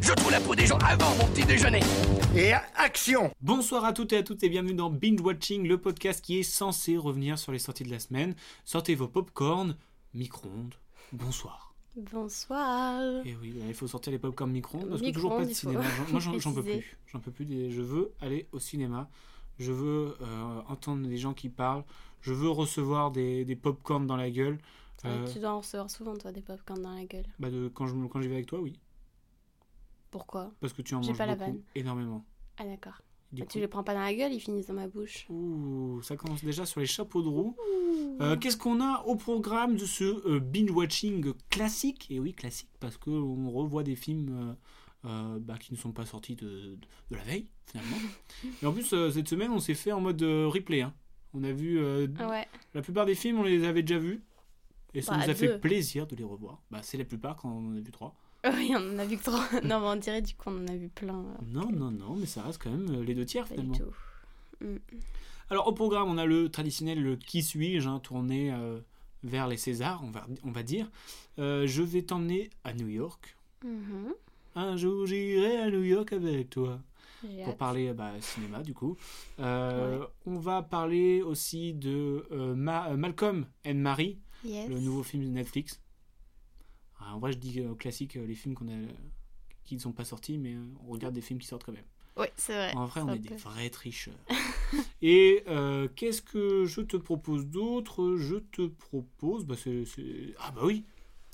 Je trouve la peau des gens avant mon petit déjeuner. Et action Bonsoir à toutes et à toutes et bienvenue dans Binge Watching, le podcast qui est censé revenir sur les sorties de la semaine. Sortez vos popcorn, micro-ondes. Bonsoir. Bonsoir. Et oui, il faut sortir les popcorn micro-ondes parce que Micro-ondes, toujours pas de il faut cinéma. J'en- Moi j'en j'en peux préciser. plus. J'en peux plus. des- Je veux aller au cinéma. Je veux euh, entendre des gens qui parlent. Je veux recevoir des, des popcorn dans la gueule. Euh, Ah, Tu dois en recevoir souvent, toi, des popcorns dans la gueule. bah de, quand je me- quand j'y vais avec toi, oui. Pourquoi Parce que tu en J'ai manges pas la beaucoup, vanne. énormément. Ah, d'accord. Du Bah, tu coup- les prends pas dans la gueule, ils finissent dans ma bouche. Ouh, ça commence déjà sur les chapeaux de roue. Euh, Qu'est-ce qu'on a au programme de ce euh, binge-watching classique Et oui, classique, parce qu'on revoit des films euh, euh, bah, qui ne sont pas sortis de, de- de la veille, finalement. Et en plus, euh, cette semaine, on s'est fait en mode euh, replay. hein. On a vu euh, Ah ouais. la plupart des films, on les avait déjà vus. Et ça Bah, nous a fait deux. plaisir de les revoir. Bah, C'est la plupart quand on en a vu trois. Oui, on en a vu que trois. non, mais on dirait du coup on en a vu plein. euh, Non, non, non, mais ça reste quand même euh, les deux tiers Pas du finalement. tout. Mm. Alors au programme, on a le traditionnel le qui suis-je, hein, tourné euh, vers les Césars, on va, on va dire. Euh, je vais t'emmener à New York. Mhm. Un jour j'irai à New York avec toi. J'ai Pour hâte. parler bah, cinéma du coup. Euh, On va parler aussi de euh, Ma- euh, Malcolm and Marie, Yes. le nouveau film de Netflix. Ah, en vrai je dis euh, classique euh, les films qu'on a, qui ne sont pas sortis, mais euh, on regarde des films qui sortent quand même. Oui, c'est vrai. En vrai, ça on est peut. des vrais tricheurs. Et euh, qu'est-ce que je te propose d'autre Je te propose. Bah c'est- c'est- Ah, bah oui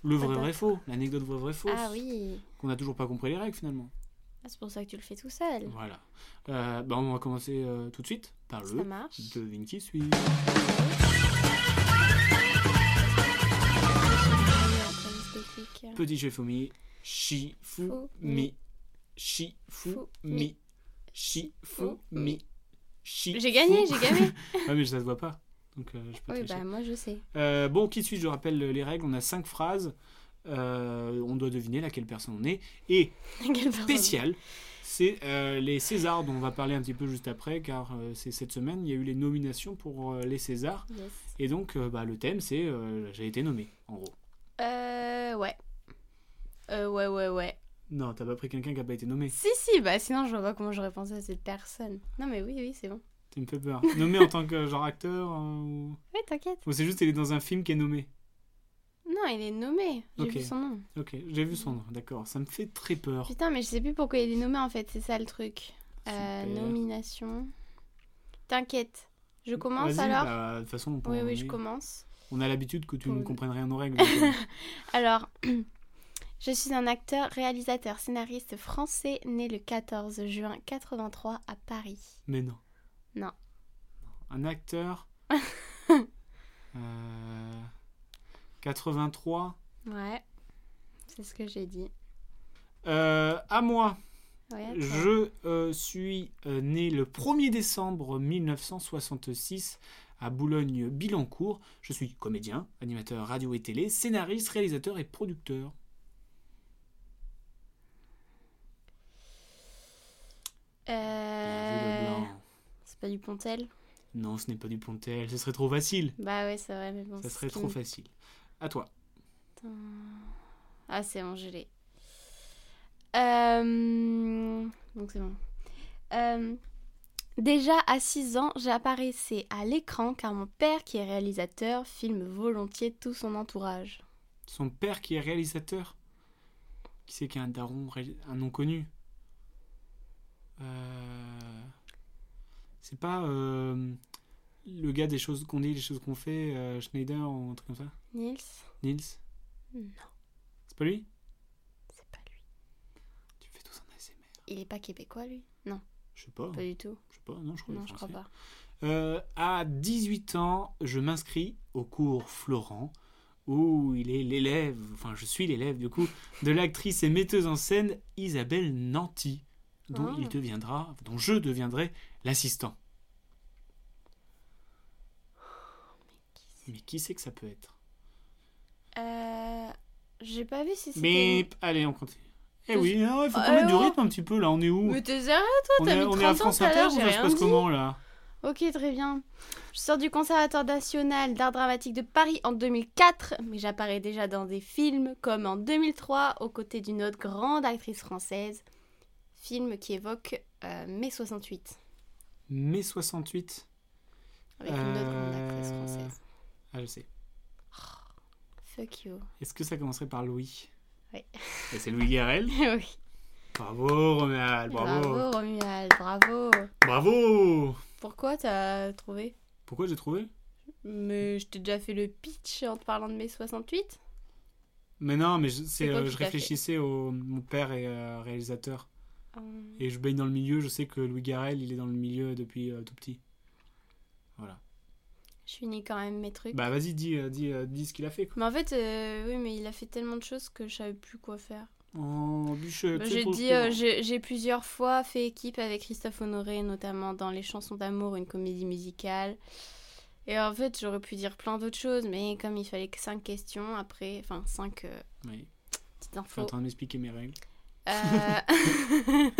Le vrai, Attends. vrai, faux. L'anecdote vrai, vrai, fausse. Ah oui. Qu'on n'a toujours pas compris les règles finalement. Ah, c'est pour ça que tu le fais tout seul. Voilà. Euh, bah, on va commencer euh, tout de suite par Ça le. marche. Devine qui suis Petit Petit Shifumi. Shifumi. Shifumi. Shifumi. Shifumi. J'ai gagné, j'ai gagné. Ah, mais ça se voit pas. Donc, euh, je peux oui, tricher. bah moi je sais. Euh, bon, qui suit Je rappelle les règles. On a cinq phrases. Euh, on doit deviner laquelle personne on est. Et Quelle personne. spécial, c'est euh, les Césars dont on va parler un petit peu juste après, car euh, c'est cette semaine, il y a eu les nominations pour euh, les Césars. Yes. Et donc, euh, bah, le thème, c'est euh, J'ai été nommé, en gros. Euh, ouais. Euh, ouais, ouais, ouais. Non, t'as pas pris quelqu'un qui a pas été nommé. Si, si, bah sinon je vois pas comment j'aurais pensé à cette personne. Non, mais oui, oui, c'est bon. Tu me fais peur. nommé en tant que euh, genre acteur euh, ou... Ouais, t'inquiète. ou c'est juste qu'il est dans un film qui est nommé Non, il est nommé. J'ai Ok. Oh. vu son nom. Ok, j'ai vu son nom, d'accord. Ça me fait très peur. Putain, mais je sais plus pourquoi il est nommé en fait, c'est ça le truc. Euh, Super. nomination. T'inquiète. Je commence Vas-y, alors bah, De toute façon, on peut Oui, en oui, je nommer. commence. On a l'habitude que tu Pour ne le- comprennes rien aux règles. donc, euh, Alors, je suis un acteur, réalisateur, scénariste français né le 14 juin 83 à Paris. Mais non. Non. Un acteur. Euh, 83. Ouais, c'est ce que j'ai dit. Euh, à moi. Ouais, attends. Je euh, suis euh, né le 1er décembre 1966 à Boulogne-Billancourt. Je suis comédien, animateur radio et télé, scénariste, réalisateur et producteur. Vu le Euh... blanc. C'est pas du Pontel Non, ce n'est pas du Pontel, ce serait trop facile. Bah ouais, c'est vrai, mais bon. Ça c'est serait qui trop facile. À toi. Ah, c'est bon, je l'ai. Euh, Donc, c'est bon. Euh, Déjà à 6 ans, j'apparaissais à l'écran car mon père, qui est réalisateur, filme volontiers tout son entourage. Son père qui est réalisateur. Qui c'est qui a un daron, ré- un nom connu Euh, C'est pas euh, le gars des choses qu'on dit, les choses qu'on fait, euh, Schneider ou un truc comme ça Nils Nils Non, C'est pas lui c'est pas lui. Tu fais tous un ASMR. Il est pas québécois, lui Non, Je sais pas, hein. pas du tout. je sais pas, non, je crois. Non, qu'il Oh. est je crois français. pas. Euh, à 18 ans, je m'inscris au cours Florent, où il est l'élève, enfin je suis l'élève du coup, de l'actrice et metteuse en scène Isabelle Nanty, dont Ah. il deviendra, dont je deviendrai l'assistant. Mais qui c'est que ça peut être Euh, J'ai pas vu si c'était. Mais allez, on continue. Eh Je- oui, ah ouais, faut qu'on Euh, mette du ouais. rythme un petit peu là, on est où Mais t'es sérieux, On toi T'as est, mis on 30 est à ans France tout à Inter l'heure, ou j'ai ça se rien passe dit. comment là Ok, très bien. Je sors du Conservatoire national d'art dramatique de Paris en 2004, mais j'apparais déjà dans des films comme en 2003 aux côtés d'une autre grande actrice française, film qui évoque euh, mai 68 Mai 68. avec une autre grande Euh, actrice française. Ah, je sais. Fuck you. Est-ce que ça commencerait par Louis Ouais. Et c'est Louis Garrel. oui. Bravo, Romuald, bravo. Bravo Romuald, bravo. Bravo Pourquoi t'as trouvé Pourquoi j'ai trouvé Mais je t'ai déjà fait le pitch en te parlant de mai 68 Mais non, mais je, c'est, C'est toi euh, qui je l'as fait. réfléchissais au. Mon père est euh, réalisateur. Hum, Et je baigne dans le milieu, je sais que Louis Garrel, il est dans le milieu depuis euh, tout petit. Voilà. Je finis quand même mes trucs. Bah vas-y, dis, euh, dis, euh, dis ce qu'il a fait. quoi. Mais en fait, euh, oui, mais il a fait tellement de choses que je savais plus quoi faire. Oh, bûche. Bah, J'ai dit, hein. euh, j'ai j'ai plusieurs fois fait équipe avec Christophe Honoré, notamment dans Les chansons d'amour, une comédie musicale. Et en fait, j'aurais pu dire plein d'autres choses, mais comme il fallait que 5 questions, après, enfin 5 Oui, petites je suis en infos. train de m'expliquer mes règles. Euh,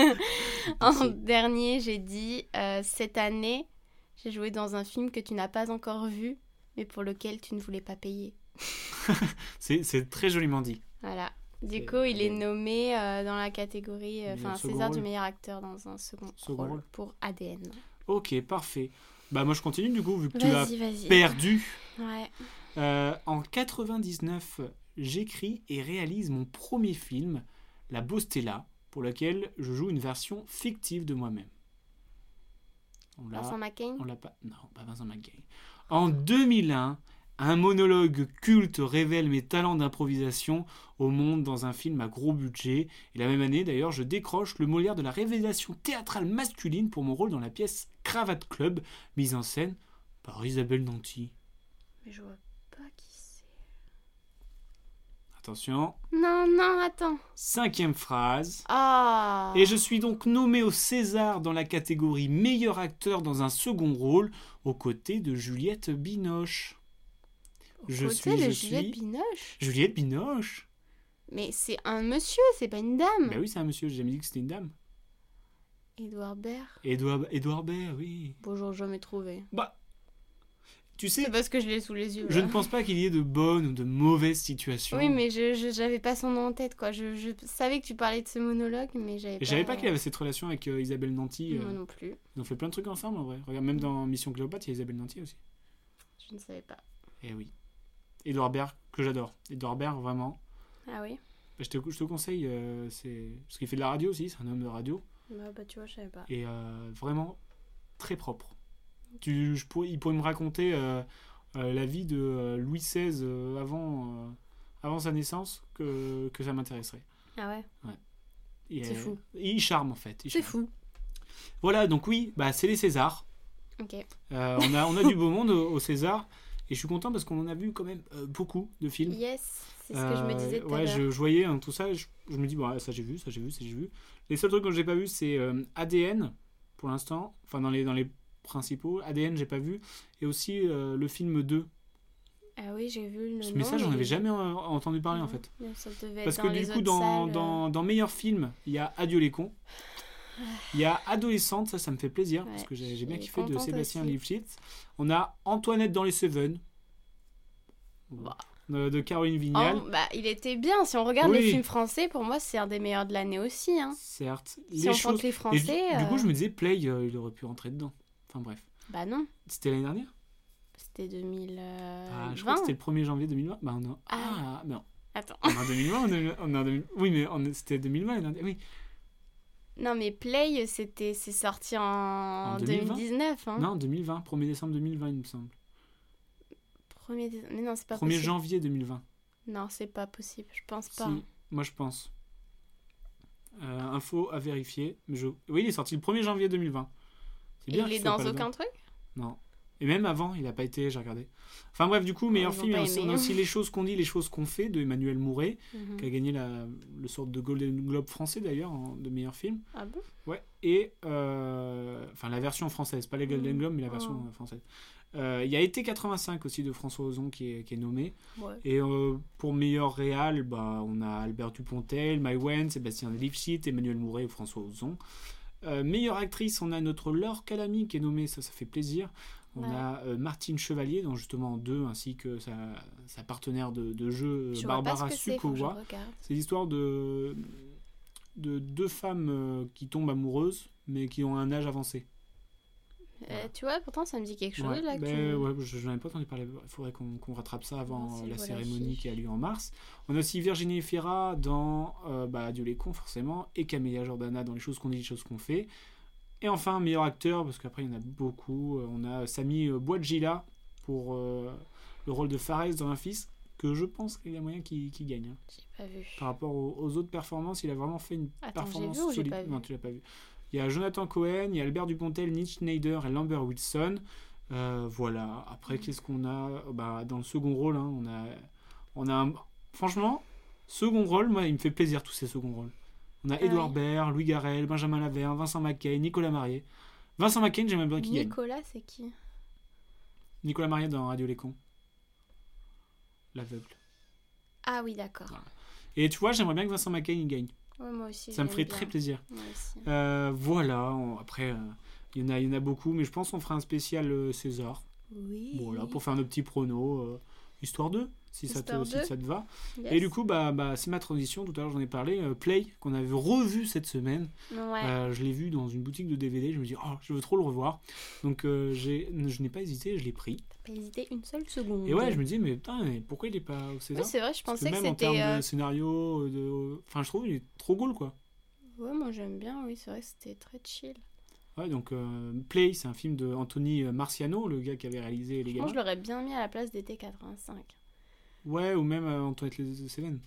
en Merci. dernier, j'ai dit, euh, cette année, j'ai joué dans un film que tu n'as pas encore vu, mais pour lequel tu ne voulais pas payer. C'est, c'est très joliment dit. Voilà. C'est- Du coup, il est allez. nommé euh, dans la catégorie, euh, Meilleur enfin second César du rôle. meilleur acteur dans un second, Second rôle rôle. pour ADN. Ok, parfait. Bah moi je continue du coup, vu que tu as Vas-y, vas-y. perdu. Ouais. Euh, en 99, j'écris et réalise mon premier film, La Bostella, pour lequel je joue une version fictive de moi-même. On l'a- Vincent McCain. On l'a pas. Non, pas Vincent McGay. En 2001, un monologue culte révèle mes talents d'improvisation au monde dans un film à gros budget. Et la même année, d'ailleurs, je décroche le Molière de la révélation théâtrale masculine pour mon rôle dans la pièce Cravate Club, mise en scène par Isabelle Nanty. Mais je vois pas qui c'est. Attention, Non, non, attends. cinquième phrase. Ah. Et je suis donc nommé au César dans la catégorie meilleur acteur dans un second rôle, aux côtés de Juliette Binoche. Je Côté suis, de je Juliette suis. Binoche. Juliette Binoche Mais c'est un monsieur, c'est pas une dame. Bah oui, c'est un monsieur, j'ai jamais dit que c'était une dame. Edouard Baird. Édouard, Édouard Baird, oui. Bonjour, jamais trouvé. Bah, tu sais, C'est parce que je l'ai sous les yeux. je là. ne pense pas qu'il y ait de bonnes ou de mauvaises situations. Oui, mais je je- j'avais pas son nom en tête, quoi. Je, je savais que tu parlais de ce monologue, mais j'avais Et pas. Je savais pas qu'il avait cette relation avec euh, Isabelle Nanty. euh, Moi non plus, Ils ont fait plein de trucs ensemble, en vrai. Regarde, même dans Mission Cléopâtre, il y a Isabelle Nanty aussi. je ne savais pas. Eh oui. Édouard Baird, que j'adore. Édouard Baird, vraiment. Ah oui Bah, je, te, je te conseille, euh, c'est... Parce qu'il fait de la radio aussi, c'est un homme de radio. Bah, bah, tu vois, je savais pas. et euh, vraiment très propre. Tu, je pourrais, il pourrait me raconter euh, euh, la vie de euh, Louis XVI euh, avant, euh, avant sa naissance que, que ça m'intéresserait. Ah ouais Et, C'est euh, fou. et il charme en fait. il C'est charme. fou. Voilà, donc oui, bah, c'est les Césars. Ok. Euh, on, a, on a du beau monde au, au César et je suis content parce qu'on en a vu quand même euh, beaucoup de films. Yes, c'est ce que je me Euh, disais tout à ouais, l'heure. je, je voyais hein, tout ça, et je, je me dis, bon, ça j'ai vu, ça j'ai vu, ça j'ai vu. Les seuls trucs que j'ai pas vu, c'est euh, ADN, pour l'instant, enfin dans les, dans les principaux. ADN, j'ai pas vu. Et aussi euh, le film 2. Ah oui, j'ai vu le nom. mais ça, j'en mais- avais jamais euh, entendu parler en Non. fait. Non, Ça devait Parce être que dans du les coup, autres dans, salles, euh, Ah. dans, dans Meilleur Film, il y a Adieu les cons. Il y a Adolescente, ça, ça me fait plaisir, parce Ouais, que j'ai j'ai bien je suis kiffé de contente Sébastien aussi. Lifshitz. On a Antoinette dans les Seven. Bah. De, de Caroline Vignal. Oh, bah, il était bien. Si on regarde les Oui. films français, pour moi, c'est un des meilleurs de l'année aussi. Hein. Certes. Si les on choses compte les Et du, français. du coup, euh, je me disais, Play, euh, il aurait pu rentrer dedans. Enfin bref. Bah non, C'était l'année dernière c'était 2020. Ah, Je crois que c'était le 1er janvier 2020. Bah, on est en- Euh, Ah. Ah, non. Attends. On est en 2020, on est en- on est en 2000 Oui, mais on est- c'était 2020 l'année dernière. Oui. Non, mais Play, c'était... c'est sorti en, 2020? 2019. Hein. Non, 2020. 1er décembre 2020, il me semble. Premier... dé- Mais non, c'est pas 1er possible. janvier 2020. Non, c'est pas possible. Je pense pas. Si, moi, je pense. Euh, info à vérifier. mais je- Oui, il est sorti le 1er janvier 2020. C'est Et Eh bien il qu'il est soit dans pas aucun là-dedans. truc Non. Et même avant, il n'a pas été, j'ai regardé. Enfin bref, du coup, meilleur Ah, ils ont film, il y a pas aussi, aimé. il y a aussi Les choses qu'on dit, Les choses qu'on fait de Emmanuel Mouret, Mhm. qui a gagné la, le sort de Golden Globe français d'ailleurs, en- de meilleur film. Ah bon Ouais, et. euh, Enfin, la version française, pas la Golden Globe, mais la version Oh. euh, française. Euh, Il y a Été 85 aussi de François Ozon qui est, qui est nommé. Ouais. Et euh, pour meilleur réal, bah, on a Albert Dupontel, Mai Wen, Sébastien Lipschitz, Emmanuel Mouret et François Ozon. Euh, meilleure actrice, on a notre Laure Calamy qui est nommée, ça, ça fait plaisir. On Ouais. a euh, Martine Chevalier, dans justement en deux, ainsi que sa, sa partenaire de, de jeu, Je vois pas Barbara ce que c'est, faut que je Sukowa. regarde. C'est l'histoire de, de deux femmes euh, qui tombent amoureuses, mais qui ont un âge avancé. Euh, tu vois, pourtant ça me dit quelque chose Ouais. là. que- Ben, ouais, je je n'en ai pas entendu parler. Il faudrait qu'on qu'on rattrape ça Non, avant si euh, la je vois la cérémonie fiche. qui a lieu en mars. On a aussi Virginie Fira dans euh, bah, Adieu les cons, forcément, et Camélia Jordana dans Les choses qu'on dit, les choses qu'on fait. Et enfin, meilleur acteur, parce qu'après, il y en a beaucoup. Euh, On a Sami euh, Bouadjila pour euh, le rôle de Fares dans Un fils, que je pense qu'il y a moyen qu'il qu'il gagne. hein. J'ai pas vu. Par rapport aux, aux autres performances, il a vraiment fait une Attends, j'ai performance vu ou j'ai solide. pas vu Non, tu l'as pas vu. Il y a Jonathan Cohen, il y a Albert Dupontel, Nietzsche Schneider et Lambert Wilson. Euh, voilà. Après, Mm. qu'est-ce qu'on a bah, Dans le second rôle, hein, on a, on a un- franchement, second rôle, moi, il me fait plaisir tous ces seconds rôles. On a Ah Edouard oui. Baird, Louis Garel, Benjamin Laverne, Vincent Mackaye, Nicolas Marié. Vincent Mackaye, j'aimerais bien qu'il gagne. Nicolas, c'est qui Nicolas Marié dans Radio Les Cons. L'aveugle. Ah oui, d'accord. Et tu vois, j'aimerais bien que Vincent Mackaye il gagne. Ouais, moi aussi. Ça me j'aime ferait bien. très plaisir. Moi aussi. Euh, voilà, on- après, euh, il y, en a- il y en a beaucoup, mais je pense qu'on fera un spécial euh, César. Oui. Voilà, pour faire nos petits pronos, euh, histoire 2, si, ça te, Histoire si d'eux. ça te va. Yes. Et du coup, bah, bah, c'est ma transition, tout à l'heure j'en ai parlé, euh, Play, qu'on avait revu cette semaine. Ouais. Euh, je l'ai vu dans une boutique de DVD, je me dis, oh, je veux trop le revoir. Donc euh, j'ai- je n'ai pas hésité, je l'ai pris. T'as pas hésité une seule seconde. Et ouais, je me dis, mais putain, mais pourquoi il n'est pas au César Oui, c'est vrai, je Parce pensais que, même en termes c'était. euh, de scénario, euh, de... enfin je trouve il est trop cool quoi. euh, Ouais, moi j'aime bien, oui, c'est vrai que c'était très chill. Ouais, donc euh, Play, c'est un film de Anthony euh, Marciano, le gars qui avait réalisé Les Moi, Gamins. je l'aurais bien mis à la place d'été 85. Ouais, ou même euh, Antoinette Les Cévennes.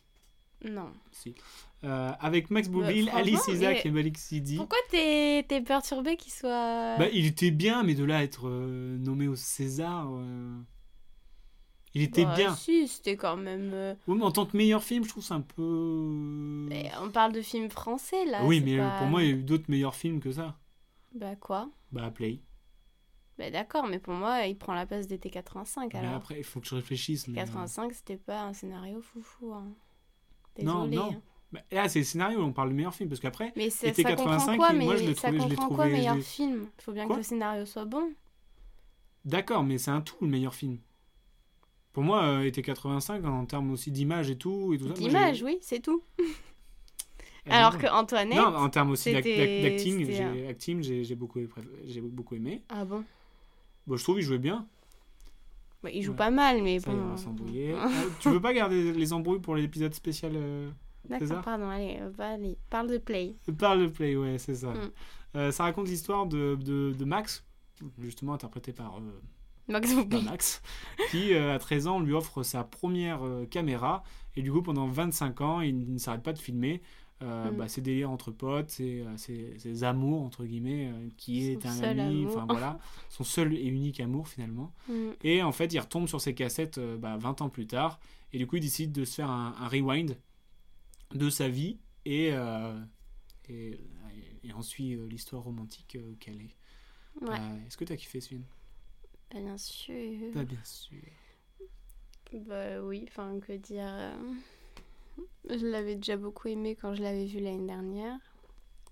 Non. Si. Euh, avec Max Boublil, franchement, Alice Isaac mais- et Malik Sidi. Pourquoi t'es t'es perturbé qu'il soit. Bah, il était bien, mais de là à être euh, nommé au César. euh, Il était Bah, bien. Si, c'était quand même. euh, Oui, mais en tant que meilleur film, je trouve c'est un peu. mais on parle de films français là. oui, c'est mais euh, pas- pour moi, il y a eu d'autres meilleurs films que ça. Bah quoi Bah, Play. Bah d'accord, mais pour moi, il prend la place d'été 85 Mais alors. après, il faut que je réfléchisse. mais, euh, 85, c'était pas un scénario foufou. Hein. Non, Désolée, non. hein. bah, là, c'est le scénario, on parle du meilleur film. Parce qu'après, Mais ça, Été ça comprend 85, quoi, et mais moi, je l'ai ça trouvé- je l'ai comprend quoi trouvé- je meilleur l'ai- film Faut bien Quoi Ah, que le scénario soit bon. D'accord, mais c'est un tout le meilleur film. Pour moi, euh, était 85 en termes aussi d'image et tout. Et tout ça, moi, j'ai- L'image, oui, c'est tout. Ah, Alors non. que Antoinette. Non, en termes aussi d'ac- c'était- d'ac- d'acting, c'était un- j'ai- acting, j'ai j'ai beaucoup, préf- j'ai beaucoup aimé. Ah bon Bon, je trouve qu'il jouait bien. Bah, Il joue Ouais. pas mal, mais Ça, il bon. Hein? va s'embrouiller. Euh, tu veux pas garder les embrouilles pour l'épisode spécial euh, D'accord, César pardon, allez, euh, va, allez, parle de Play. Parle de Play, ouais, c'est ça. Mm. Euh, ça raconte l'histoire de, de, de Max, justement interprété par euh, Max d'un Boublil. Max, qui euh, à 13 ans lui offre sa première euh, caméra et du coup pendant 25 ans il ne s'arrête pas de filmer euh, Mm. bah, ses délires entre potes, ses, euh, ses- ses amours entre guillemets, euh, qui est Son un seul ami, amour. enfin voilà, son seul et unique amour finalement. Mm. Et en fait il retombe sur ses cassettes euh, bah, 20 ans plus tard et du coup il décide de se faire un, un rewind de sa vie et, euh, et, et on suit euh, l'histoire romantique euh, qu'elle est. Ouais, Euh, Est-ce que tu as kiffé ce film bah, bien sûr. Bah, Bien sûr. Bah oui, enfin, que dire. euh, Je l'avais déjà beaucoup aimé quand je l'avais vu l'année dernière.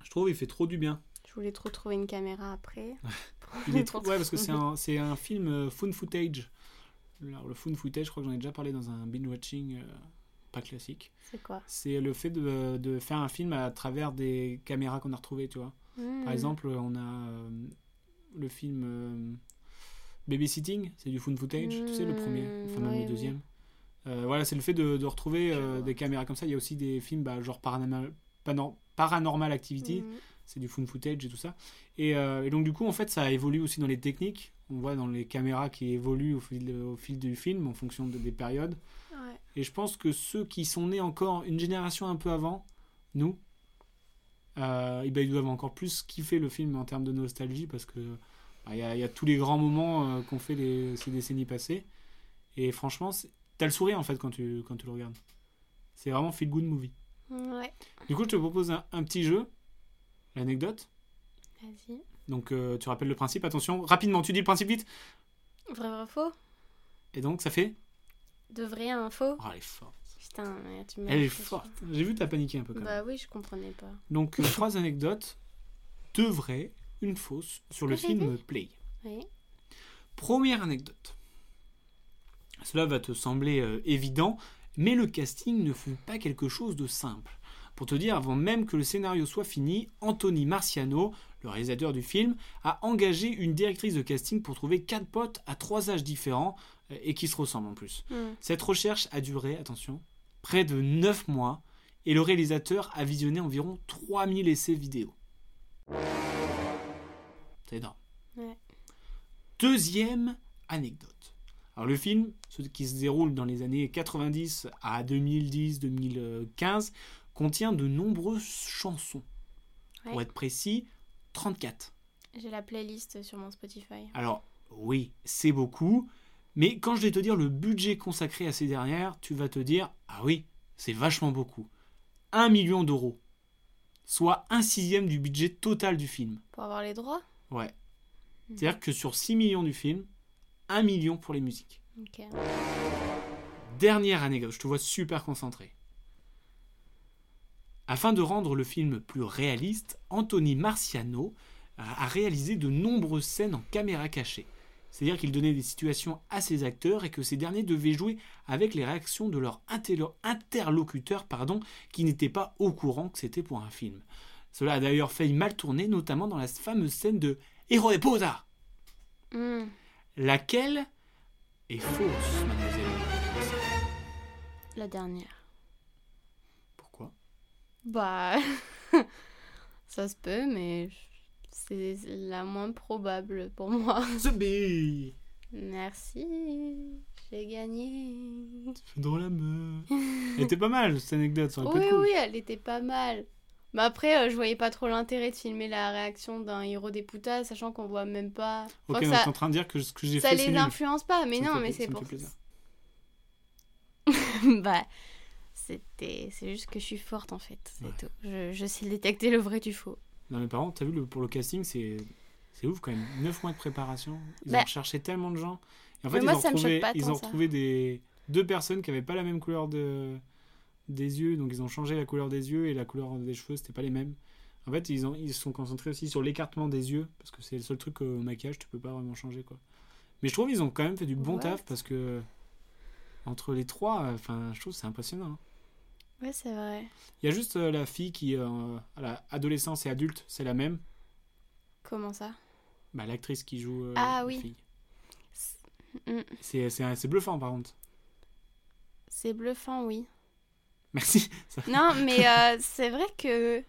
Je trouve il fait trop du bien. Je voulais trop trouver une caméra après. Il est trop- ouais, parce que c'est un, c'est un film euh, found footage. Alors, le found footage, je crois que j'en ai déjà parlé dans un binge-watching euh, pas classique. C'est quoi C'est le fait de, de faire un film à travers des caméras qu'on a retrouvées, tu vois. Hmm. Par exemple, on a euh, le film euh, Babysitting, c'est du found footage, tu sais, le premier, enfin Mm, même oui, le oui. deuxième. Euh, voilà, c'est le fait de, de retrouver Je euh, vois. des caméras comme ça. Il y a aussi des films bah, genre Paranormal, Panor- Paranormal Activity, Hmm. c'est du found footage et tout ça. Et, euh, et donc du coup, en fait, ça évolue aussi dans les techniques. On voit dans les caméras qui évoluent au fil, au fil du film en fonction de- des périodes. Ouais. Et je pense que ceux qui sont nés encore une génération un peu avant, nous, euh, eh ben, ils doivent encore plus kiffer le film en termes de nostalgie parce que Il y, a- il y a tous les grands moments euh, qu'ont fait les- ces décennies passées. Et franchement, c'est- t'as le sourire en fait quand tu, quand tu le regardes. C'est vraiment feel good movie. Ouais, Du coup, je te propose un, un petit jeu, l'anecdote. vas-y. Donc, euh, tu rappelles le principe. Attention, rapidement, tu dis le principe vite. Vrai, vrai, faux Et donc, ça fait. De vrai à un faux Oh, elle est forte. Putain, mais tu m'as. Elle est fait forte. chier. J'ai vu, t'as paniqué un peu quand même. Bah oui, je comprenais pas. Donc, euh, trois anecdotes. Deux vraies, une fausse, sur le que j'ai film Play. Oui. Première anecdote. Cela va te sembler euh, évident, mais le casting ne fut pas quelque chose de simple. Pour te dire, avant même que le scénario soit fini, Anthony Marciano, le réalisateur du film, a engagé une directrice de casting pour trouver quatre potes à trois âges différents euh, et qui se ressemblent en plus. Hmm. Cette recherche a duré, attention, près de 9 mois et le réalisateur a visionné environ 3000 essais vidéo. C'est énorme. Ouais. Deuxième anecdote. Alors le film, ce qui se déroule dans les années 90 à 2010-2015, contient de nombreuses chansons. Ouais. Pour être précis, 34. J'ai la playlist sur mon Spotify. Alors, oui, c'est beaucoup, mais quand je vais te dire le budget consacré à ces dernières, tu vas te dire Ah oui, c'est vachement beaucoup. 1 million d'euros, soit un sixième du budget total du film. Pour avoir les droits Ouais. C'est-à-dire que sur 6 millions du film, 1 million pour les musiques. Ok. Dernière anecdote, je te vois super concentré. Afin de rendre le film plus réaliste, Anthony Marciano euh, a a réalisé de nombreuses scènes en caméra cachée. C'est-à-dire qu'il donnait des situations à ses acteurs et que ces derniers devaient jouer avec les réactions de leurs intello- interlocuteurs pardon, qui n'étaient pas au courant que c'était pour un film. Cela a d'ailleurs failli mal tourner, notamment dans la fameuse scène de Héros de Posa Hmm. laquelle est fausse, mademoiselle. La dernière. Pourquoi Bah. ça se peut, mais c'est la moins probable pour moi. The Bee Merci. J'ai gagné. Dans la meuf. Elle était pas mal cette anecdote, ça aurait pu Oui, être cool. oui, elle était pas mal. Mais après, euh, je voyais pas trop l'intérêt de filmer la réaction d'un héros des putas, sachant qu'on voit même pas. Ok, Enfin, donc ça- t'es en train de dire que ce que j'ai ça fait, c'est les nul. influence pas, mais Ça me non, fait mais pla- c'est ça me pour fait plaisir. bah, c'était, c'est juste que je suis forte en fait, c'est Ouais. tout. Je, je sais détecter le vrai du faux. Non mais par contre, t'as vu, le, pour le casting, c'est... C'est ouf quand même, 9 mois de préparation, ils Bah. ont cherché tellement de gens. Et en Mais fait, moi, ils ont ça me choque retrouvé, pas ils tant, ont ça. retrouvé des... deux personnes qui n'avaient pas la même couleur de... des yeux, donc ils ont changé la couleur des yeux et la couleur des cheveux, c'était pas les mêmes. En fait, ils, ont... ils se sont concentrés aussi sur l'écartement des yeux, parce que c'est le seul truc euh, au maquillage, tu peux pas vraiment changer quoi. Mais je trouve qu'ils ont quand même fait du bon Ouais. taf, parce que entre les trois, euh, enfin, je trouve que c'est impressionnant. hein. Ouais, c'est vrai. Il y a juste euh, la fille qui, euh, à la adolescence et adulte, c'est la même. Comment ça Bah, L'actrice qui joue euh, Ah la oui. fille. C'est- Mm. C'est euh, c'est- c'est bluffant par contre. C'est bluffant, oui. Merci. Ça- Non, mais euh, c'est vrai que.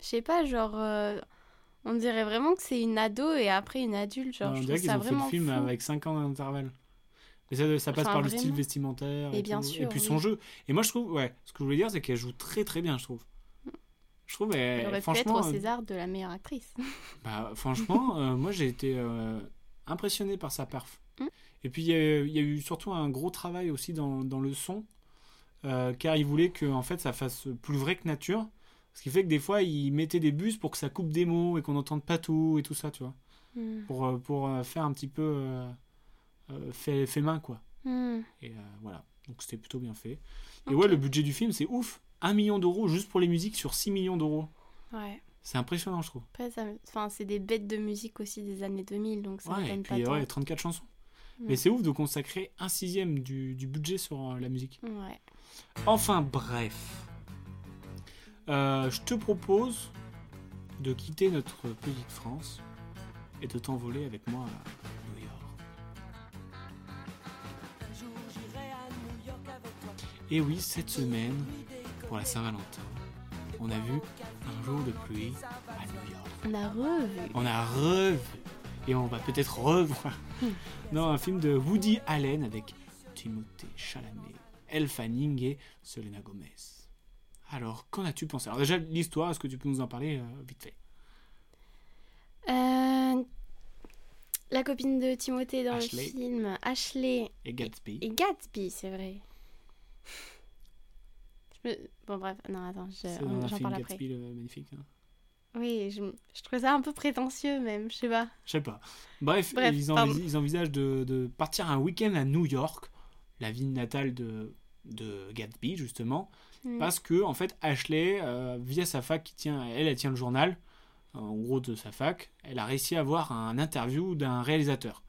Je sais pas, genre. euh, on dirait vraiment que c'est une ado et après une adulte. Genre, on je dirait trouve qu'ils ça ont fait le vraiment. film fou. avec 5 ans d'intervalle. Mais ça, ça passe Enfin, par le vraiment. style vestimentaire et, Et bien tout. sûr, et puis son oui. jeu. Et moi je trouve, ouais, ce que je voulais dire c'est qu'elle joue très très bien, je trouve. Je trouve, elle- Elle aurait pu être franchement, au euh, César de la meilleure actrice. Bah, franchement, euh, moi j'ai été euh, impressionné par sa perf. Mm. Et puis il y, a- il y a eu surtout un gros travail aussi dans, dans le son, euh, car il voulait que en fait ça fasse plus vrai que nature. Ce qui fait que des fois il mettait des bus pour que ça coupe des mots et qu'on n'entende pas tout et tout ça, tu vois. Hmm. Pour, euh, pour euh, faire un petit peu euh, euh, fait, fait main quoi. Hmm. Et euh, voilà, donc c'était plutôt bien fait. Et Ok. ouais, le budget du film c'est ouf, 1 million d'euros juste pour les musiques sur 6 millions d'euros. Ouais. C'est impressionnant, je trouve. Après, ça... me- enfin, c'est des bêtes de musique aussi des années 2000, donc ça Ouais, et m'étonne puis pas tant. ouais, 34 chansons. Ouais. Mais c'est ouf de consacrer un sixième du, du budget sur euh, la musique. Ouais. Enfin bref, Euh, je te propose de quitter notre petite France et de t'envoler avec moi à New York. Et oui, cette semaine, pour la Saint-Valentin, on a vu un jour de pluie à New York. On a revu. On a revu et on va peut-être revoir. Non, un film de Woody Allen avec Timothée Chalamet, Elle Fanning et Selena Gomez. Alors, qu'en as-tu pensé Alors déjà l'histoire, est-ce que tu peux nous en parler euh, vite fait Euh, La copine de Timothée dans Ashley. le film, Ashley et Gatsby. et Gatsby, c'est vrai. Je me- Bon, bref, non, attends, je- C'est dans un j'en film parle après. Gatsby le magnifique. hein. Oui, je, je trouvais ça un peu prétentieux, même, je sais pas. Je sais pas. Bref, Bref, ils, envis- pardon. ils envisagent de, de partir un week-end à New York, la ville natale de, de Gatsby, justement, Mm. parce que, en fait, Ashley, euh, via sa fac, qui tient, elle, elle tient le journal, euh, en gros de sa fac, elle a réussi à avoir un interview d'un réalisateur.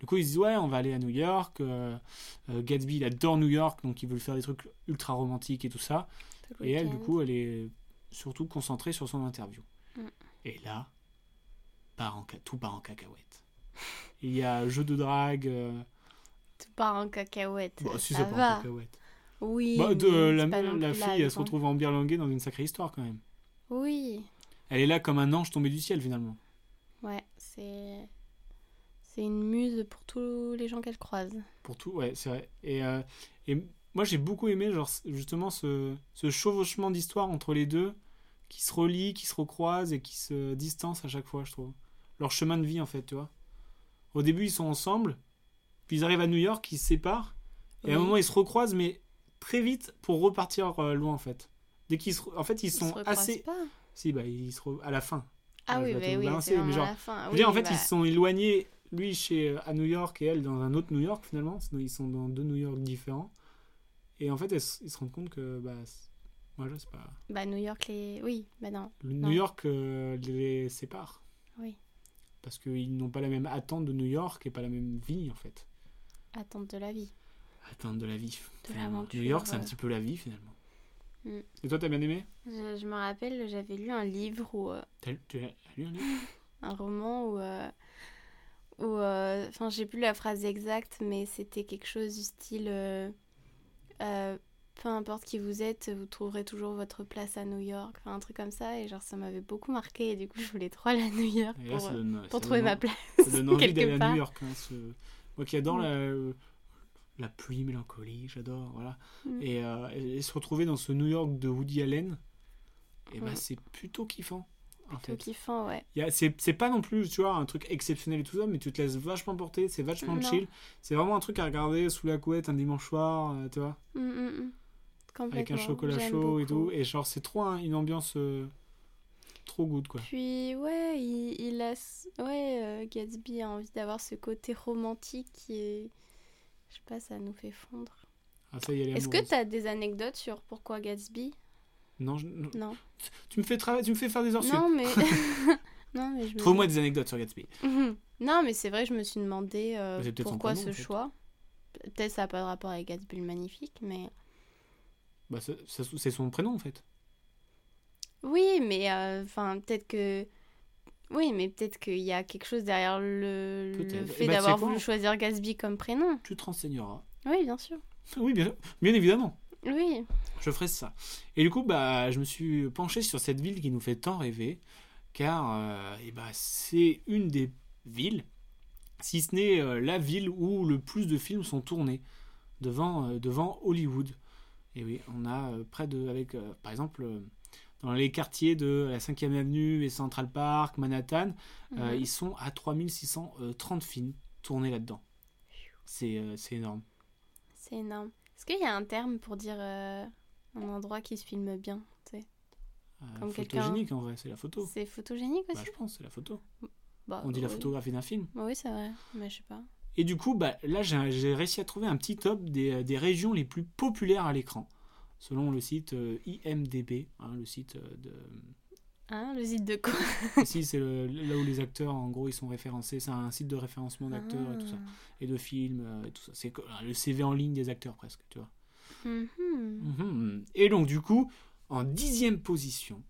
Du coup, ils se disent, ouais, on va aller à New York. euh, euh, Gatsby, il adore New York, donc il veut faire des trucs ultra romantiques et tout ça. Tout le Et elle, du week-end. coup, elle est surtout concentrée sur son interview. Mm. Et là, part en ca- tout part en cacahuète. Il y a jeu de drague. euh, Tout part en cacahuète. Bon, Bah, si ça ça part en va. cacahuète. Oui. Bah, de, mais la c'est pas non la plus là, fille, elle se quoi. retrouve embirlanguée dans une sacrée histoire quand même. Oui. Elle est là comme un ange tombé du ciel finalement. Ouais, c'est. C'est une muse pour tous les gens qu'elle croise. Pour tout, ouais, c'est vrai. Et, euh, et moi, j'ai beaucoup aimé genre, c- justement ce, ce chevauchement d'histoire entre les deux qui se relient, qui se recroisent et qui se distancent à chaque fois, je trouve. Leur chemin de vie, en fait, tu vois. Au début, ils sont ensemble, puis ils arrivent à New York, ils se séparent, et à un Oui. moment, ils se recroisent, mais très vite pour repartir euh, loin, en fait. Dès qu'ils se re- En fait, ils, Ils sont se recroisent assez. pas. Si, bah, ils se re- à la fin. Ah Ouais, oui, je vais te bah le oui, balancer, c'est vraiment mais genre- à la fin. Je veux Oui, dire, en fait, bah, ils se sont éloignés, lui chez, euh, à New York et elle dans un autre New York finalement. Sinon, Ils sont dans deux New York différents. Et en fait, elles s- ils se rendent compte que, bah, c'est- moi je sais pas. Bah, New York, les. Oui, bah non. Le Non. New York euh, les sépare. Oui. Parce qu'ils n'ont pas la même attente de New York et pas la même vie en fait. Attente de la vie. Attente de la vie. De finalement. l'aventure, New York, c'est un euh. petit peu la vie finalement. Mm. Et toi, t'as bien aimé Je, je me rappelle, j'avais lu un livre ou euh, T'as lu- Tu as lu un livre un roman où. euh, où, euh, Enfin, j'ai plus la phrase exacte, mais c'était quelque chose du style. euh, euh, peu importe qui vous êtes, vous trouverez toujours votre place à New York. Enfin, un truc comme ça. Et genre, ça m'avait beaucoup marqué. Et du coup, je voulais trop aller à New York Et là, pour, Ah, ça euh, donne- ça pour donne trouver ma envie. place. Ça donne envie quelque d'aller à part. Mm. New York. hein, ce- Moi qui adore la, euh, la pluie mélancolie, j'adore. Voilà. Mm. Et, euh, et- et se retrouver dans ce New York de Woody Allen, et ben Ouais. c'est plutôt kiffant. en Tout fait. kiffant, ouais. Y a- C'est c'est pas non plus, tu vois, un truc exceptionnel et tout ça, mais tu te laisses vachement porter, c'est vachement Non. chill. C'est vraiment un truc à regarder sous la couette un dimanche soir, euh, tu vois, Mm, mm, mm. avec un Complètement, chocolat j'aime chaud et beaucoup. tout. Et genre, c'est trop un- une ambiance euh, trop good, quoi. Puis ouais, il, il a, ce- ouais, euh, Gatsby a envie d'avoir ce côté romantique qui est, je sais pas, ça nous fait fondre. Ah, ça y est, elle est Est-ce que amoureuse. t'as des anecdotes sur pourquoi Gatsby Non, je- non. Non. Tu, me fais trava- tu me fais faire des heures sup. Non mais, non mais je. me- Trouve-moi des anecdotes sur Gatsby. Mhm. non mais c'est vrai, je me suis demandé euh, Bah, c'est peut-être son pourquoi prénom, ce en fait. choix. Peut-être ça n'a pas de rapport avec Gatsby le magnifique, mais Bah, ça- ça- c'est son prénom en fait. oui, mais euh, enfin peut-être que. Oui, mais peut-être qu'il y a quelque chose derrière le, le Peut-être. Eh fait ben, tu sais d'avoir quoi voulu choisir Gatsby comme prénom. Tu te renseigneras. Oui, bien sûr. Oui, bien, bien évidemment. Oui. Je ferai ça. Et du coup, bah, je me suis penché sur cette ville qui nous fait tant rêver, car euh, eh bah, c'est une des villes, si ce n'est euh, la ville où le plus de films sont tournés devant, euh, devant Hollywood. Et oui, on a euh, près de, avec, euh, par exemple, euh, dans les quartiers de la 5e Avenue et Central Park, Manhattan, Euh, Mhm. ils sont à 3630 films tournés là-dedans. C'est euh, c'est énorme. C'est énorme. Est-ce qu'il y a un terme pour dire euh, un endroit qui se filme bien tu sais Euh, Comme quelqu'un- photogénique en vrai, c'est la photo. C'est photogénique Bah, aussi je pense, c'est la photo. Bah, On dit la oui. photographie d'un film. Bah Oui, c'est vrai, mais je sais pas. Et du coup, bah, là, j'ai j'ai réussi à trouver un petit top des, euh, des régions les plus populaires à l'écran, selon le site euh, IMDB, hein, le site euh, de, Hein, le site de quoi Ici, c'est le- là où les acteurs, en gros, ils sont référencés. C'est un site de référencement d'acteurs et tout Ah. ça. Et de films euh, et tout ça. C'est que- le CV en ligne des acteurs, presque, tu vois. Mhm. Mhm. Et donc, du coup, en dixième position,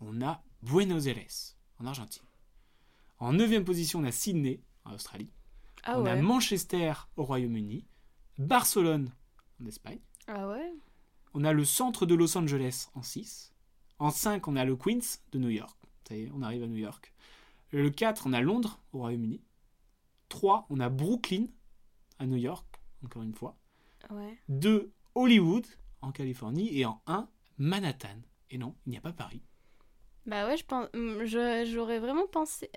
on a Buenos Aires, en Argentine. En neuvième position, on a Sydney, en Australie. Ah on a ouais. Manchester, au Royaume-Uni. Barcelone, en Espagne. Ah ouais On a le centre de Los Angeles en 6. En 5, on a le Queens de New York. Ça y est, on arrive à New York. Le 4, on a Londres au Royaume-Uni. 3, on a Brooklyn à New York, encore une fois. Ouais. 2, Hollywood en Californie. Et en 1, Manhattan. Et non, il n'y a pas Paris. mm, Bah ouais, je pense. hum, je- J'aurais vraiment pensé.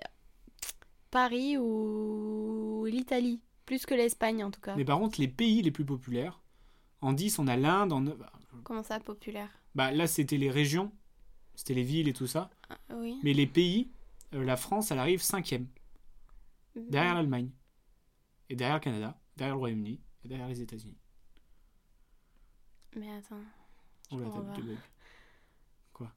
Paris ou l'Italie. Plus que l'Espagne, en tout cas. Mais par contre, les pays les plus populaires, en 10, on a l'Inde, en 9... Comment ça, populaire Bah, là, c'était les régions, c'était les villes et tout ça. Ah, Oui. Mais les pays, euh, la France, elle arrive cinquième, derrière l'Allemagne, et derrière le Canada, derrière le Royaume-Uni, et derrière les États-Unis. Mais attends. On Oh, la comprends tape pas. de bug. Quoi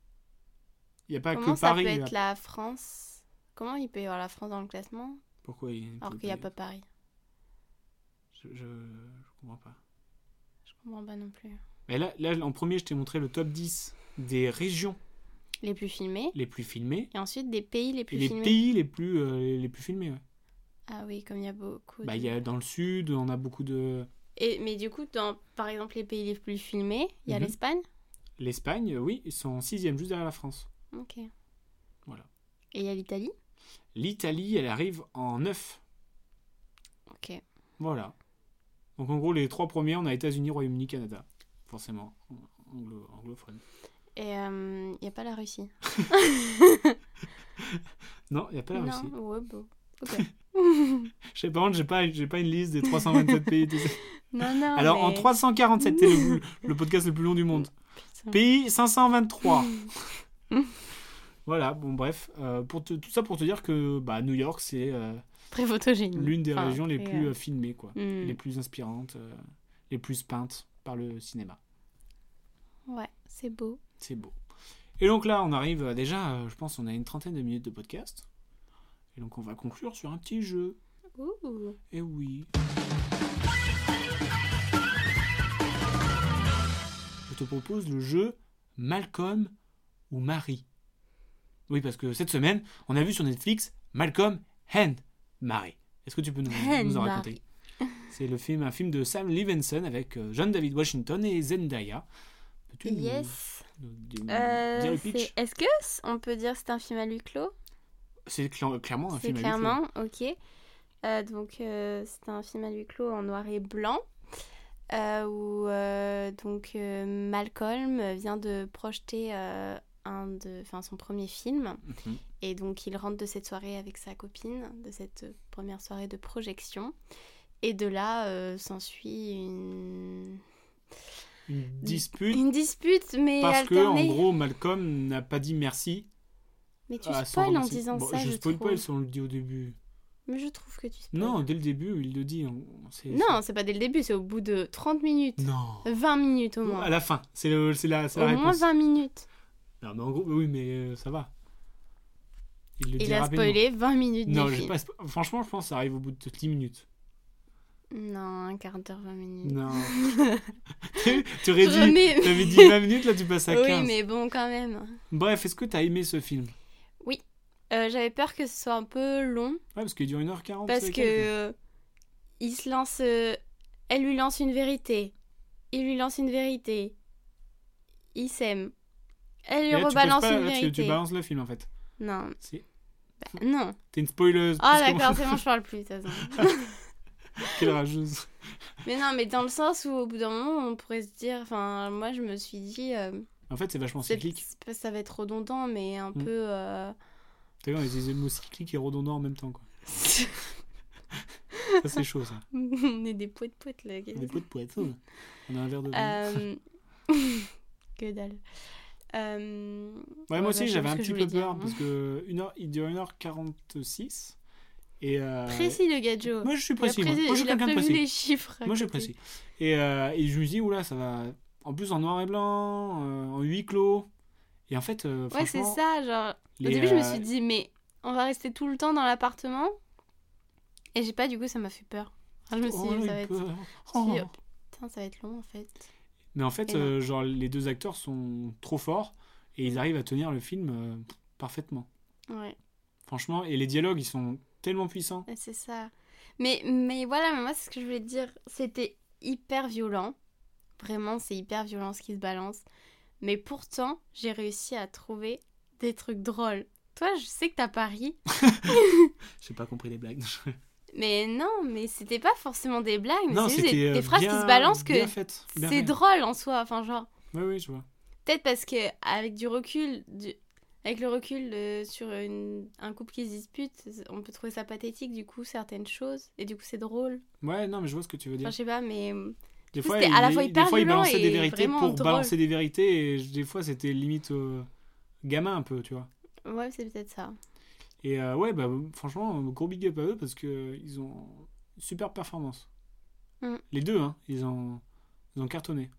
Il n'y a pas Comment Ah, que ça Paris. peut là. être la France Comment il peut y avoir la France dans le classement Pourquoi il alors qu'il n'y a pas Paris Je, je, je comprends pas. Je comprends pas bah, non plus. Mais là, là, en premier, je t'ai montré le top 10 des régions Les plus filmés les plus filmées et ensuite des pays les plus et les filmés. pays les plus, euh, les plus filmés. ouais. Ah oui, comme il y a beaucoup. Bah, de- il y a dans le sud, on a beaucoup de. Et, mais du coup, dans, par exemple, les pays les plus filmés, il y a Mhm. l'Espagne. L'Espagne, oui, ils sont en sixième, juste derrière la France. Ok. Et Voilà. il y a l'Italie. L'Italie, elle arrive en neuf. Ok. Voilà. Donc en gros, les trois premiers, on a États-Unis, Royaume-Uni, Canada. Forcément, anglo- anglophone. Et euh, il n'y a pas la Russie. Non, il n'y a pas la non, Russie. ouais, bon. Ok. Je sais pas, par contre, j'ai pas, j'ai pas une liste des 327 pays. tu sais. non, non. Alors, en mais- 347, c'est le, le podcast le plus long du monde. Putain. Pays 523. voilà, bon, bref. euh, pour te- tout ça pour te dire que bah, New York, c'est euh, Très photogénique. l'une des Enfin, régions les très, plus euh, euh, filmées, quoi. hmm. Les plus inspirantes, euh, les plus peintes par le cinéma. Ouais, c'est beau. C'est beau. Et donc là, on arrive euh, déjà, euh, je pense, on a une trentaine de minutes de podcast. Et donc, on va conclure sur un petit jeu. Ouh. Et Eh oui. Je te propose le jeu Malcolm ou Marie. Oui, parce que cette semaine, on a vu sur Netflix Malcolm and Marie. Est-ce que tu peux nous, And nous en Marie. raconter C'est le film, un film de Sam Levinson avec euh, John David Washington et Zendaya. Peux-tu nous- Yes. nous- nous- Euh, dire le c'est- pitch Est-ce que c- on peut dire que c'est un film à lui clos C'est cla- clairement un C'est film à huis clos. clairement, ok. Euh, donc, euh, c'est un film à huis clos en noir et blanc. euh, où euh, donc euh, Malcolm vient de projeter euh, un de, enfin, son premier film. Mhm. Et donc, il rentre de cette soirée avec sa copine, de cette première soirée de projection. Et de là, euh, s'ensuit une... Une dispute une dispute, mais parce que, en alternée. gros, Malcolm n'a pas dit merci Mais tu Ah, sans spoil en remercier. disant Bon, ça, je, Je spoil trouve. pas, si on le dit au début. Mais je trouve que tu spoil. Non, dès le début, il le dit. on- on sait- Non, c'est pas dès le début, c'est au bout de 30 minutes. Non. 20 minutes au À moins. la fin, c'est le- c'est la, c'est la au moins réponse. 20 minutes. Non, mais en gros, oui, mais euh, ça va. Il le dit Il a rapidement. spoilé 20 minutes Non, du j'ai film. pas spo- franchement, je pense que ça arrive au bout de 10 minutes. Non, un quart d'heure, 20 minutes. Non. tu Je aurais dit, Mm. remets- t'avais dit 20 minutes, là tu passes à 15. oui, mais bon, quand même. Bref, est-ce que t'as aimé ce film Ouais, Euh, J'avais peur que ce soit un peu long parce qu'il dure 1h40. parce c'est que quelques. euh, il se lance. euh, elle lui lance une vérité. Il lui lance une vérité. Il s'aime. Elle Et lui là, Eh, tu rebalance passes pas- une là, tu, vérité. tu balances le film en fait. Non, C'est- bah, non. T'es une spoileuse. plus Ah que moi. d'accord, c'est bon, je parle plus. de toute façon. Quelle rageuse. Mais non, mais dans le sens où au bout d'un moment, on pourrait se dire. Enfin, moi, je me suis dit. euh, En fait, c'est vachement c'est- cyclique. c'est pas- ça va être redondant, mais un Mm. peu. euh, T'as vu, on utilise le mot cyclique et redondant en même temps. Quoi. Ça, c'est chaud, ça. on est des poètes poètes là. qu'est-ce Des pots de poète. On a un verre de que- vin. Euh, que dalle. Euh, ouais, moi ouais, bah, aussi, je j'avais sais un ce que petit je peu voulais peur dire. hein. parce que une heure, il dure 1h46. Et euh, Précis le gadjo. Moi, je suis Il a précis. Moi, précis- Moi, je suis il a quelqu'un de prévu précis. les chiffres. à Moi, je suis côté. précis. Et, euh, et je me dis, oula, ça va. En plus, en noir et blanc, euh, en huis clos. Et en fait, euh, Ouais, c'est franchement, ça. Genre, au les, début, je me euh, suis dit, mais on va rester tout le temps dans l'appartement. Et j'ai pas, du coup, ça m'a fait peur. Enfin, je me suis oh, dit, il ça va être. peut- je me suis oh. dit, oh, putain, ça va être long en fait. Mais en fait, Et non. Mm. euh, genre, les deux acteurs sont trop forts et ils arrivent à tenir le film euh, parfaitement. Ouais, Franchement, et les dialogues, ils sont tellement puissants. c'est ça. Mais, mais voilà, mais moi, c'est ce que je voulais te dire. C'était hyper violent. Vraiment, c'est hyper violent ce qui se balance. Mais pourtant, j'ai réussi à trouver des trucs drôles. Toi, je sais que t'as pas ri. J'ai pas compris les blagues. Mais non, mais c'était pas forcément des blagues, mais non, c'est juste c'était des, euh, des phrases qui bien- se balancent que bien faites, bien c'est faites. drôle en soi. Enfin, genre, Oui, oui, je vois. peut-être parce que avec du recul, du- Avec le recul euh, sur une- un couple qui se dispute, on peut trouver ça pathétique, du coup, certaines choses. Et du coup, c'est drôle. Ouais, non, mais je vois ce que tu veux dire. Enfin, je sais pas, mais. euh, Des coup, fois, c'était il, à la fois des hyper fois, il violent balançait et des vérités vraiment pour drôle. balancer des vérités, et je- des fois, c'était limite euh, gamin un peu, tu vois. Ouais, c'est peut-être ça. Et euh, ouais, bah, franchement, gros big up à eux parce que euh, ils ont une super performance. Mm. Les deux, hein, ils ont, ils ont cartonné.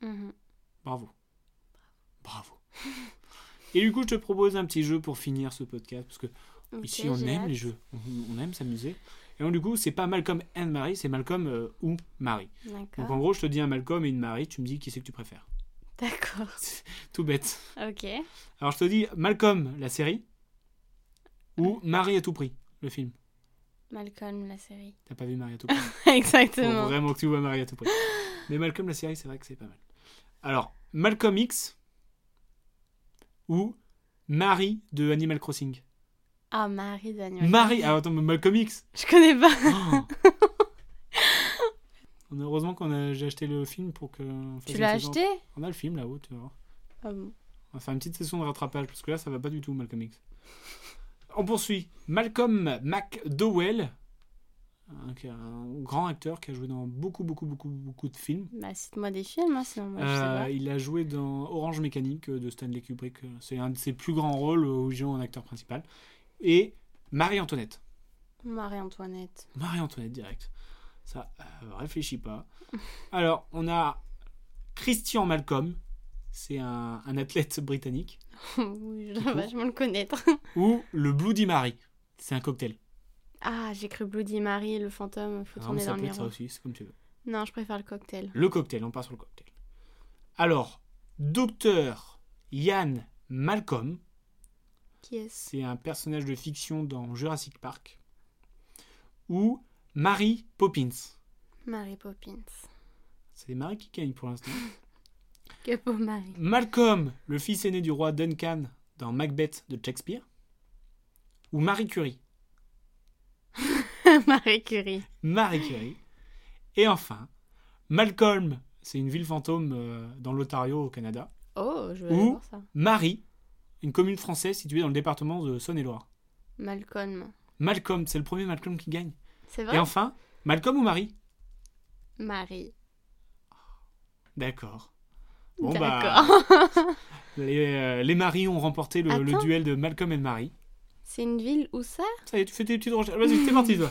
Mhm. Bravo. Bravo. Et du coup, je te propose un petit jeu pour finir ce podcast parce que Ok, ici, on j'ai aime hâte. les jeux, on, on aime s'amuser. Et donc, du coup, c'est pas Malcolm and Marie, c'est Malcolm euh, ou Marie. Donc, en D'accord. gros, je te dis un Malcolm et une Marie, tu me dis qui c'est que tu préfères. D'accord. Tout bête. Ok. Alors je te dis Malcolm, la série, ou Marie à tout prix, le film. Malcolm, la série. T'as pas vu Marie à tout prix Faut Exactement. vraiment que tu vois Marie à tout prix. Mais Malcolm, la série, c'est vrai que c'est pas mal. Alors, Malcolm X ou Marie de Animal Crossing. Ah, Marie Daniel. Marie, ah attends, mais Malcolm X. Je connais pas. Oh. On a- Heureusement qu'on a j'ai acheté le film pour que. on fasse Tu une l'as saison. acheté On a le film là-haut, tu vois. Ah bon. On va faire une petite session de rattrapage parce que là, ça va pas du tout, Malcolm X. On poursuit. Malcolm McDowell, un, qui est un grand acteur qui a joué dans beaucoup, beaucoup, beaucoup, beaucoup de films. Bah, cite-moi des films, hein, sinon moi, je sais Euh, pas. il a joué dans Orange Mécanique euh, de Stanley Kubrick. euh, C'est un de ses plus grands rôles euh, où il joue en acteur principal. Et Marie-Antoinette. Marie-Antoinette. Marie-Antoinette direct. Ça euh, réfléchit pas. Alors, on a Christian Malcolm. C'est un- un athlète britannique. oui, je court. dois vachement le connaître. ou le Bloody Mary. C'est un cocktail. Ah, j'ai cru Bloody Mary, le fantôme. Faut Vraiment, tourner Ah, ça dans peut le être ça miroir. aussi, c'est comme tu veux. Non, je préfère le cocktail. Le cocktail, on part sur le cocktail. Alors, docteur Ian Malcolm, Qui est-ce c'est un personnage de fiction dans Jurassic Park, ou Mary Poppins. Mary Poppins. C'est Mary qui gagne pour l'instant. Que beau Marie. Malcolm, le fils aîné du roi Duncan dans Macbeth de Shakespeare, ou Marie Curie. Marie Curie. Marie Curie. Et enfin, Malcolm, c'est une ville fantôme euh, dans l'Ontario au Canada. Oh, je veux Ou- aller voir ça. Marie, une commune française située dans le département de Saône-et-Loire. Malcolm. Malcolm, c'est le premier Malcolm qui gagne. C'est Et vrai enfin, Malcolm ou Marie Marie. D'accord. Bon bah, D'accord. les, euh, les maris ont remporté le, le Attends. duel de Malcolm et de Marie. C'est une ville où ça Ça y est, tu fais tes petites recherches. Vas-y, c'est parti toi.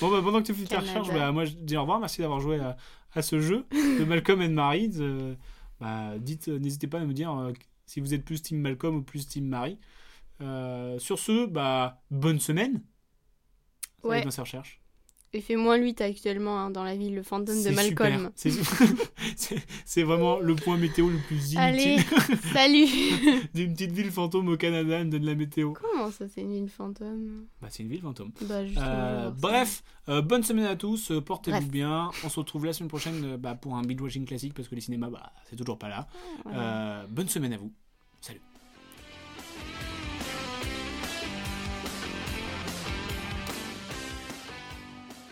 bon bah, pendant que tu fais tes Canada. recherches, bah, moi je dis au revoir, merci d'avoir joué à, à ce jeu de Malcolm et de Marie. De- bah, dites, euh, n'hésitez pas à nous dire euh, si vous êtes plus Team Malcolm ou plus Team Marie. Euh, sur ce, bah bonne semaine. Ça va Ouais. être dans ses recherches. Il fait moins 8 actuellement hein, dans la ville, le fantôme de C'est super. Malcolm. C'est c'est- c'est vraiment le point météo le plus Allez, inutile salut d'une petite ville fantôme au Canada. Elle me donne la météo. Comment ça, c'est une ville fantôme Bah, c'est une ville fantôme. Bah, justement, je vais Euh, voir ça. bref, euh, bonne semaine à tous. euh, Portez-vous Bref. bien. On se retrouve la semaine prochaine euh, bah, pour un binge watching classique parce que les cinémas, bah, c'est toujours pas là. Ouais. Euh, bonne semaine à vous.